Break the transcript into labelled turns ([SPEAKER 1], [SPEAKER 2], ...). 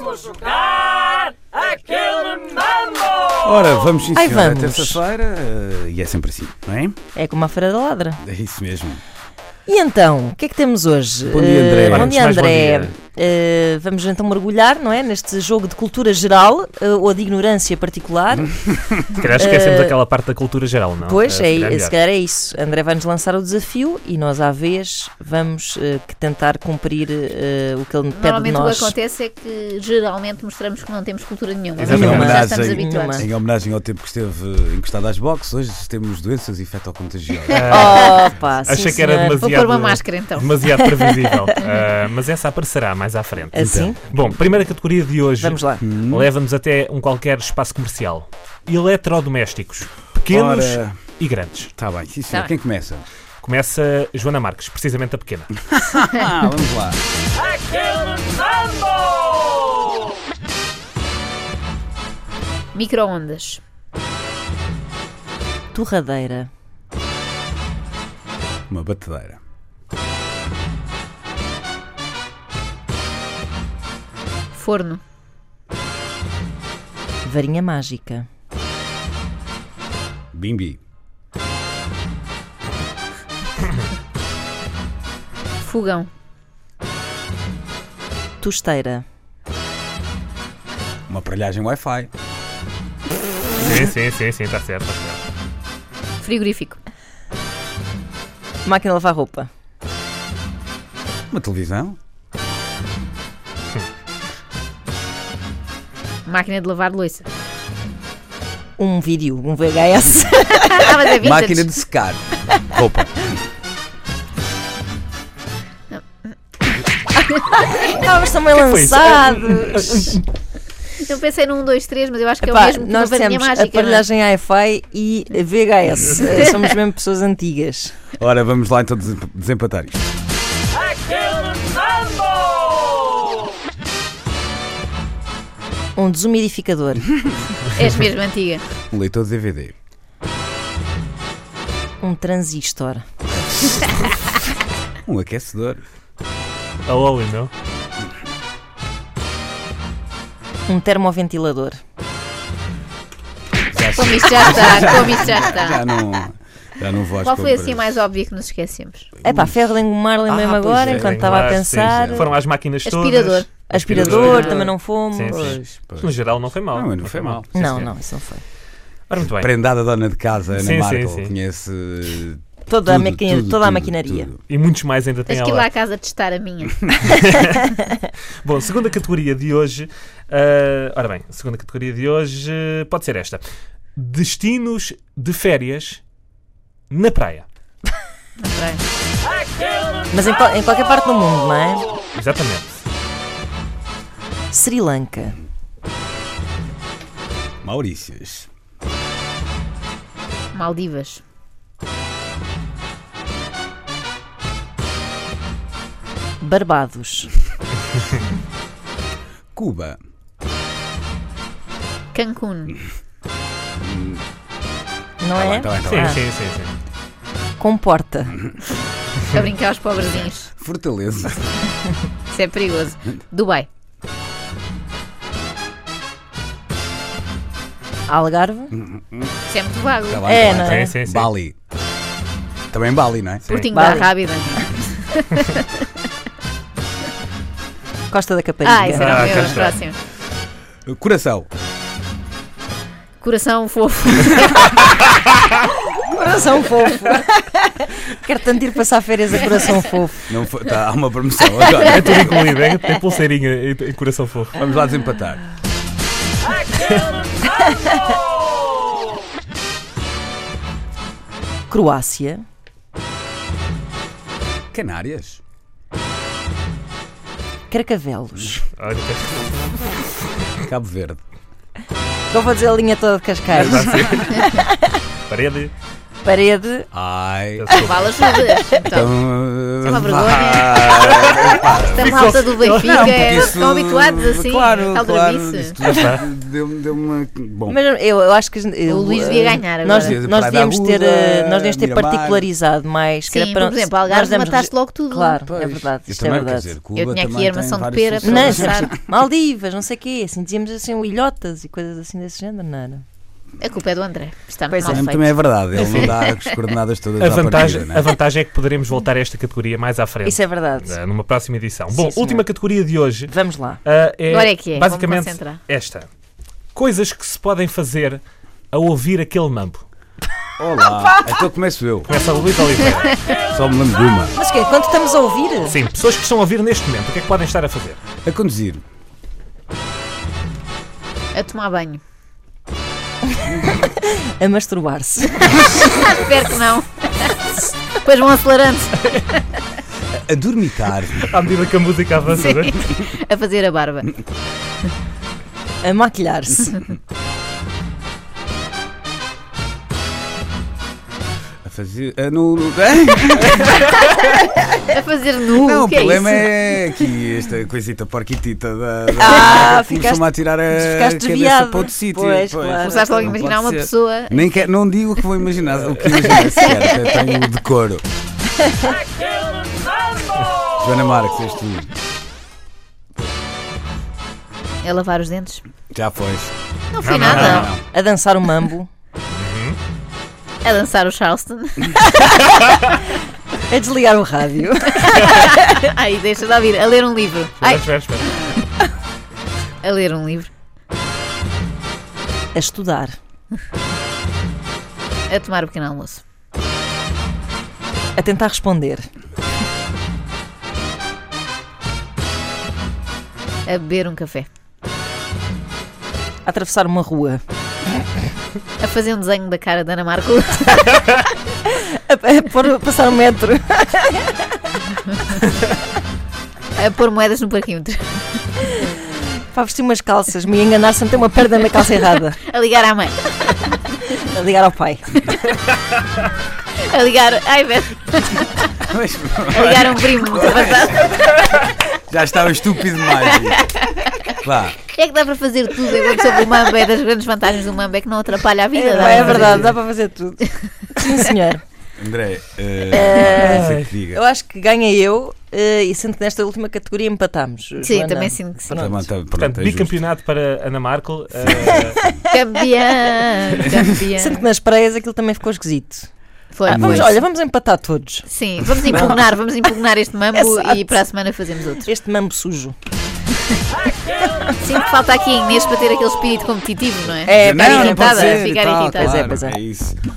[SPEAKER 1] vou jogar aquele mambo!
[SPEAKER 2] Ora, vamos sim,
[SPEAKER 3] Ai,
[SPEAKER 2] senhora. É
[SPEAKER 3] vamos.
[SPEAKER 2] terça-feira eh, e é sempre assim, não é?
[SPEAKER 3] É como a freira ladra.
[SPEAKER 2] É isso mesmo.
[SPEAKER 3] E então, o que é que temos hoje?
[SPEAKER 2] Bom dia, André.
[SPEAKER 3] Eh, bom
[SPEAKER 2] Antes
[SPEAKER 3] dia,
[SPEAKER 4] mais, bom
[SPEAKER 3] André.
[SPEAKER 4] dia.
[SPEAKER 3] Eh, vamos então mergulhar, não é? Neste jogo de cultura geral eh, ou de ignorância particular.
[SPEAKER 4] Se calhar esquecemos
[SPEAKER 3] Eh,
[SPEAKER 4] aquela parte da cultura geral, não?
[SPEAKER 3] pois,
[SPEAKER 4] Eh,
[SPEAKER 3] é,
[SPEAKER 4] se calhar
[SPEAKER 3] se
[SPEAKER 4] melhor.
[SPEAKER 3] calhar é isso. André vai nos lançar o desafio e nós, à vez, vamos eh, que tentar cumprir eh, o que ele pede de
[SPEAKER 5] Normalmente o
[SPEAKER 3] nós.
[SPEAKER 5] que acontece é que geralmente mostramos que não temos cultura nenhuma.
[SPEAKER 2] Em
[SPEAKER 3] Nenhuma.
[SPEAKER 5] Já estamos
[SPEAKER 2] homenagem,
[SPEAKER 5] habituados.
[SPEAKER 3] Nenhuma.
[SPEAKER 2] em homenagem ao tempo que esteve eh, encostado às boxes, hoje temos doenças infectocontagiosas.
[SPEAKER 3] Opa, sim,
[SPEAKER 4] Achei que era
[SPEAKER 3] senhor.
[SPEAKER 4] demasiado.
[SPEAKER 5] Vou pôr uma máscara
[SPEAKER 3] Oh,
[SPEAKER 5] então.
[SPEAKER 4] Eh, Demasiado previsível. Eh, mas essa aparecerá mais à frente. então.
[SPEAKER 3] Assim?
[SPEAKER 4] Bom, primeira categoria de hoje
[SPEAKER 3] Vamos lá.
[SPEAKER 4] leva-nos até um qualquer espaço comercial. Eletrodomésticos. Pequenos
[SPEAKER 2] Ora,
[SPEAKER 4] e grandes.
[SPEAKER 2] está bem, sim, senhor.
[SPEAKER 5] Tá
[SPEAKER 2] Quem
[SPEAKER 5] bem.
[SPEAKER 2] começa?
[SPEAKER 4] Começa Joana Marques, precisamente a pequena.
[SPEAKER 2] Ah, vamos lá.
[SPEAKER 1] Aquele mambo!
[SPEAKER 5] Microondas.
[SPEAKER 3] Torradeira,
[SPEAKER 2] Uma batedeira.
[SPEAKER 5] Forno.
[SPEAKER 3] varinha mágica,
[SPEAKER 2] Bimbi.
[SPEAKER 5] Fogão.
[SPEAKER 3] tosteira,
[SPEAKER 2] Uma aparelhagem Wi-Fi.
[SPEAKER 4] sim, sim, sim, sim, está certo. tá certo.
[SPEAKER 5] Frigorífico.
[SPEAKER 3] máquina de lavar roupa,
[SPEAKER 2] Uma televisão.
[SPEAKER 5] Máquina de lavar louça.
[SPEAKER 3] um vídeo, um VHS,
[SPEAKER 5] Ah, mas é vintage.
[SPEAKER 2] Máquina de secar. Roupa.
[SPEAKER 3] ah, mas também
[SPEAKER 4] foi isso?
[SPEAKER 3] lançados.
[SPEAKER 5] Eu Então pensei num 1, 2, 3, mas eu acho que é
[SPEAKER 3] Epá,
[SPEAKER 5] o mesmo que uma
[SPEAKER 3] nós
[SPEAKER 5] varinha
[SPEAKER 3] temos
[SPEAKER 5] mágica. não é?
[SPEAKER 3] aparelhagem Wi-Fi e VHS. Eh, Somos mesmo pessoas antigas.
[SPEAKER 2] Ora, vamos lá então desem- desempatar isto.
[SPEAKER 1] Aquele mambo!
[SPEAKER 3] Um desumidificador,
[SPEAKER 5] És mesmo antiga.
[SPEAKER 2] Um leitor de DVD.
[SPEAKER 3] um transistor,
[SPEAKER 2] Um aquecedor.
[SPEAKER 4] A Loli, não?
[SPEAKER 3] um termoventilador,
[SPEAKER 2] Já,
[SPEAKER 5] Como isto já está, como isto já está.
[SPEAKER 2] já não, já não vou às
[SPEAKER 5] Qual foi assim a
[SPEAKER 2] compras.
[SPEAKER 5] mais óbvia que nos esquecemos?
[SPEAKER 3] é pá, ferro de engomar-lhe
[SPEAKER 2] Ah,
[SPEAKER 3] mesmo
[SPEAKER 2] pois
[SPEAKER 3] agora,
[SPEAKER 2] é,
[SPEAKER 3] enquanto estava a
[SPEAKER 4] engomar,
[SPEAKER 2] sim,
[SPEAKER 3] pensar.
[SPEAKER 2] já.
[SPEAKER 4] Foram às máquinas
[SPEAKER 5] Aspirador.
[SPEAKER 4] todas.
[SPEAKER 3] Aspirador,
[SPEAKER 4] Aspirador.
[SPEAKER 3] também não fomos.
[SPEAKER 4] Sim, sim.
[SPEAKER 3] Pois.
[SPEAKER 4] No geral não foi mal.
[SPEAKER 2] Não, não foi mal.
[SPEAKER 4] Sim,
[SPEAKER 3] Não,
[SPEAKER 4] senhor.
[SPEAKER 3] não, isso não foi.
[SPEAKER 4] Ora, muito bem.
[SPEAKER 2] Prendada dona de casa, Ana
[SPEAKER 4] Sim, sim,
[SPEAKER 2] Markel,
[SPEAKER 4] sim.
[SPEAKER 2] conhece
[SPEAKER 3] Toda, a,
[SPEAKER 2] tudo,
[SPEAKER 3] maquina-
[SPEAKER 2] tudo,
[SPEAKER 3] toda a
[SPEAKER 2] tudo,
[SPEAKER 3] maquinaria.
[SPEAKER 2] tudo.
[SPEAKER 4] E muitos mais ainda têm
[SPEAKER 5] Tens
[SPEAKER 4] a
[SPEAKER 5] que ir
[SPEAKER 4] lá.
[SPEAKER 5] lá à casa testar a minha.
[SPEAKER 4] Bom, segunda categoria de hoje. ah, ora bem, segunda categoria de hoje eh, pode ser esta: Destinos de férias na praia.
[SPEAKER 3] Mas em, qual- em qualquer parte do mundo, não é?
[SPEAKER 4] Exatamente.
[SPEAKER 3] Sri Lanka,
[SPEAKER 2] Maurícias.
[SPEAKER 5] Maldivas.
[SPEAKER 3] Barbados,
[SPEAKER 2] Cuba.
[SPEAKER 5] Cancún.
[SPEAKER 3] não
[SPEAKER 2] Tá
[SPEAKER 3] é?
[SPEAKER 2] bem, tá bem, Uhum. tá
[SPEAKER 4] Sim,
[SPEAKER 2] bem.
[SPEAKER 3] Ah.
[SPEAKER 4] sim, sim, sim.
[SPEAKER 3] Comporta,
[SPEAKER 5] Para brincar aos pobrezinhos.
[SPEAKER 2] Fortaleza.
[SPEAKER 5] Isso é perigoso. Dubai.
[SPEAKER 2] Uhum.
[SPEAKER 3] Algarve,
[SPEAKER 5] Isso é muito vago.
[SPEAKER 2] Tá bem,
[SPEAKER 3] É,
[SPEAKER 2] tá bem,
[SPEAKER 3] não
[SPEAKER 2] tá
[SPEAKER 3] é?
[SPEAKER 2] bem.
[SPEAKER 4] Sim, sim, sim.
[SPEAKER 2] Bali. Também Bali, não é?
[SPEAKER 5] Portinho
[SPEAKER 3] Bali.
[SPEAKER 5] da Rábida.
[SPEAKER 3] Costa da
[SPEAKER 5] Ah, isso
[SPEAKER 3] Caparica,
[SPEAKER 5] era
[SPEAKER 4] Ah,
[SPEAKER 5] o meu
[SPEAKER 4] cá
[SPEAKER 5] era o
[SPEAKER 4] está.
[SPEAKER 5] próximo.
[SPEAKER 2] Coração.
[SPEAKER 5] Coração fofo.
[SPEAKER 3] coração fofo. Quero tanto ir passar férias a coração fofo.
[SPEAKER 2] Não foi, tá, há uma promoção agora.
[SPEAKER 4] É tudo incluído, é? Tem pulseirinha e, e coração fofo.
[SPEAKER 2] Vamos lá desempatar.
[SPEAKER 3] Croácia,
[SPEAKER 2] Canárias.
[SPEAKER 3] Carcavelos.
[SPEAKER 4] Olha,
[SPEAKER 2] Cabo Verde.
[SPEAKER 3] Então vou dizer a linha toda de Cascais.
[SPEAKER 4] está assim. Parede.
[SPEAKER 3] parede.
[SPEAKER 2] Ai.
[SPEAKER 4] Peço desculpa.
[SPEAKER 5] Vale as dúvidas.
[SPEAKER 4] Tá.
[SPEAKER 5] Então,
[SPEAKER 2] Então,
[SPEAKER 5] é uma vergonha.
[SPEAKER 2] vai.
[SPEAKER 5] esta malta do Benfica
[SPEAKER 2] Não, porque
[SPEAKER 5] é-
[SPEAKER 2] isso-
[SPEAKER 5] estão habituados assim.
[SPEAKER 2] Claro,
[SPEAKER 5] tal
[SPEAKER 2] claro.
[SPEAKER 5] drabice.
[SPEAKER 2] Isto deu- Deu-me deu uma. Bom,
[SPEAKER 3] Mas eu, eu acho que.
[SPEAKER 5] O Luís devia ganhar
[SPEAKER 3] Nós,
[SPEAKER 5] agora.
[SPEAKER 2] Devia-
[SPEAKER 3] nós
[SPEAKER 2] Praia da
[SPEAKER 3] devíamos ter, eh,
[SPEAKER 2] Aguda,
[SPEAKER 3] nós devíamos ter
[SPEAKER 2] Miramar.
[SPEAKER 3] particularizado mais. que era
[SPEAKER 5] Sim,
[SPEAKER 3] para-
[SPEAKER 5] por exemplo,
[SPEAKER 3] nós
[SPEAKER 5] Algarve
[SPEAKER 3] damos-
[SPEAKER 5] mataste logo tudo.
[SPEAKER 3] Claro,
[SPEAKER 2] pois,
[SPEAKER 3] é verdade.
[SPEAKER 2] isso
[SPEAKER 3] Isto é
[SPEAKER 2] também, quer
[SPEAKER 3] verdade.
[SPEAKER 2] dizer, Cuba
[SPEAKER 5] Eu tinha
[SPEAKER 2] também
[SPEAKER 5] aqui a armação
[SPEAKER 2] tem
[SPEAKER 5] de pera
[SPEAKER 2] várias
[SPEAKER 5] para
[SPEAKER 3] Não,
[SPEAKER 2] soluções.
[SPEAKER 5] passar.
[SPEAKER 3] Maldivas, não sei o quê, assim, dizíamos assim, ilhotas e coisas assim desse género, não era?
[SPEAKER 5] A culpa é do André. Está
[SPEAKER 3] Pois
[SPEAKER 5] muito mal
[SPEAKER 2] Também, também
[SPEAKER 5] feito.
[SPEAKER 2] é verdade, ele não dá as coordenadas todas
[SPEAKER 4] A
[SPEAKER 2] à
[SPEAKER 4] vantagem,
[SPEAKER 2] partida,
[SPEAKER 4] a
[SPEAKER 2] né?
[SPEAKER 4] vantagem é que poderemos voltar a esta categoria mais à frente.
[SPEAKER 3] Isso é verdade.
[SPEAKER 4] eh, Numa próxima edição.
[SPEAKER 3] Sim,
[SPEAKER 4] Bom,
[SPEAKER 3] senhor.
[SPEAKER 4] última categoria de hoje
[SPEAKER 3] Vamos lá.
[SPEAKER 4] ah, é,
[SPEAKER 5] Agora é que é.
[SPEAKER 4] basicamente
[SPEAKER 5] Basicamente. Vamos concentrar.
[SPEAKER 4] esta: coisas que se podem fazer a ouvir aquele mambo.
[SPEAKER 2] Olá, então começo eu,
[SPEAKER 4] Começa a Luís Oliveira.
[SPEAKER 2] só me lembro de uma.
[SPEAKER 3] Mas o quê? Quando estamos a ouvir?
[SPEAKER 4] Sim, pessoas que estão a ouvir neste momento, o que é que podem estar a fazer?
[SPEAKER 2] A conduzir,
[SPEAKER 5] A tomar banho.
[SPEAKER 3] A masturbar-se.
[SPEAKER 5] Espero que não. Depois vão acelerando
[SPEAKER 2] a dormitar,
[SPEAKER 4] À medida que a música avança, não é?
[SPEAKER 5] a fazer a barba.
[SPEAKER 3] A maquilhar-se.
[SPEAKER 2] a fazer. A no...
[SPEAKER 5] A fazer nu.
[SPEAKER 2] Não,
[SPEAKER 5] o
[SPEAKER 2] o
[SPEAKER 5] que é isso?
[SPEAKER 2] problema é, aqui esta coisita porquitita da. da
[SPEAKER 3] Ah,
[SPEAKER 2] que me
[SPEAKER 3] ficaste-
[SPEAKER 2] chama a tirar a
[SPEAKER 3] ficaste
[SPEAKER 2] cabeça
[SPEAKER 3] desviado.
[SPEAKER 2] para outro sítio.
[SPEAKER 3] Pois, claro.
[SPEAKER 5] Começaste logo a
[SPEAKER 2] não pode
[SPEAKER 5] imaginar uma
[SPEAKER 2] ser.
[SPEAKER 5] pessoa.
[SPEAKER 2] Nem quer, não digo o que vou imaginar, o que imaginar sequer, que eu tenho decoro.
[SPEAKER 1] Aquele mambo!
[SPEAKER 2] Joana Marques, és tu.
[SPEAKER 5] A lavar os dentes.
[SPEAKER 2] Já foi.
[SPEAKER 5] Não foi
[SPEAKER 2] Ah,
[SPEAKER 4] Não, não,
[SPEAKER 5] nada.
[SPEAKER 4] não,
[SPEAKER 3] A dançar o mambo.
[SPEAKER 5] A dançar o Charleston.
[SPEAKER 3] A desligar o rádio.
[SPEAKER 5] Ai, deixa de ouvir. A ler um livro. Ai,
[SPEAKER 4] Espera, espera, espera.
[SPEAKER 5] a ler um livro.
[SPEAKER 3] A estudar.
[SPEAKER 5] A tomar o pequeno almoço.
[SPEAKER 3] A tentar responder.
[SPEAKER 5] A beber um café.
[SPEAKER 3] A atravessar uma rua.
[SPEAKER 5] A fazer um desenho da cara da Ana Marco.
[SPEAKER 3] A, a pôr- passar um metro.
[SPEAKER 5] A pôr moedas no parquímetro.
[SPEAKER 3] Para vestir umas calças. Me enganar sem ter uma perda na calça errada.
[SPEAKER 5] A ligar à mãe.
[SPEAKER 3] A ligar ao pai.
[SPEAKER 5] A ligar. Ai, velho.
[SPEAKER 2] Mas,
[SPEAKER 5] A ligar a um primo muito avançado.
[SPEAKER 2] já estava estúpido demais. Vá,
[SPEAKER 5] É que dá para fazer tudo. Eu sobre o Mamba. É das grandes vantagens do Mamba. É que não atrapalha a vida.
[SPEAKER 3] é
[SPEAKER 5] dá para fazer
[SPEAKER 3] verdade, dá para fazer tudo. Sim, senhor.
[SPEAKER 2] André, eh, não sei o que diga.
[SPEAKER 3] Eu acho que ganhei eu eh, e sinto que nesta última categoria empatámos.
[SPEAKER 5] tudo. Sim, também sinto que sim.
[SPEAKER 2] Tá bom, tá, pronto,
[SPEAKER 4] Portanto,
[SPEAKER 2] é justo.
[SPEAKER 4] bicampeonato para Ana Marco. eh,
[SPEAKER 5] Campeã!
[SPEAKER 3] Sinto que
[SPEAKER 5] Campeã!
[SPEAKER 3] nas praias aquilo também ficou esquisito.
[SPEAKER 5] Foi.
[SPEAKER 3] Ah, vamos,
[SPEAKER 2] Muito.
[SPEAKER 3] olha, vamos empatar todos.
[SPEAKER 5] Sim, vamos impugnar, vamos impugnar este mambo
[SPEAKER 3] Exato.
[SPEAKER 5] e para a semana fazemos outro.
[SPEAKER 3] Este mambo sujo.
[SPEAKER 5] Sinto que falta aqui a Inês para ter aquele espírito competitivo, não é?
[SPEAKER 3] É,
[SPEAKER 2] não, não
[SPEAKER 5] irritada,
[SPEAKER 2] pode ser,
[SPEAKER 5] ficar
[SPEAKER 2] tal,
[SPEAKER 5] irritada.
[SPEAKER 2] claro,
[SPEAKER 3] Pois é, pois é.
[SPEAKER 2] é isso.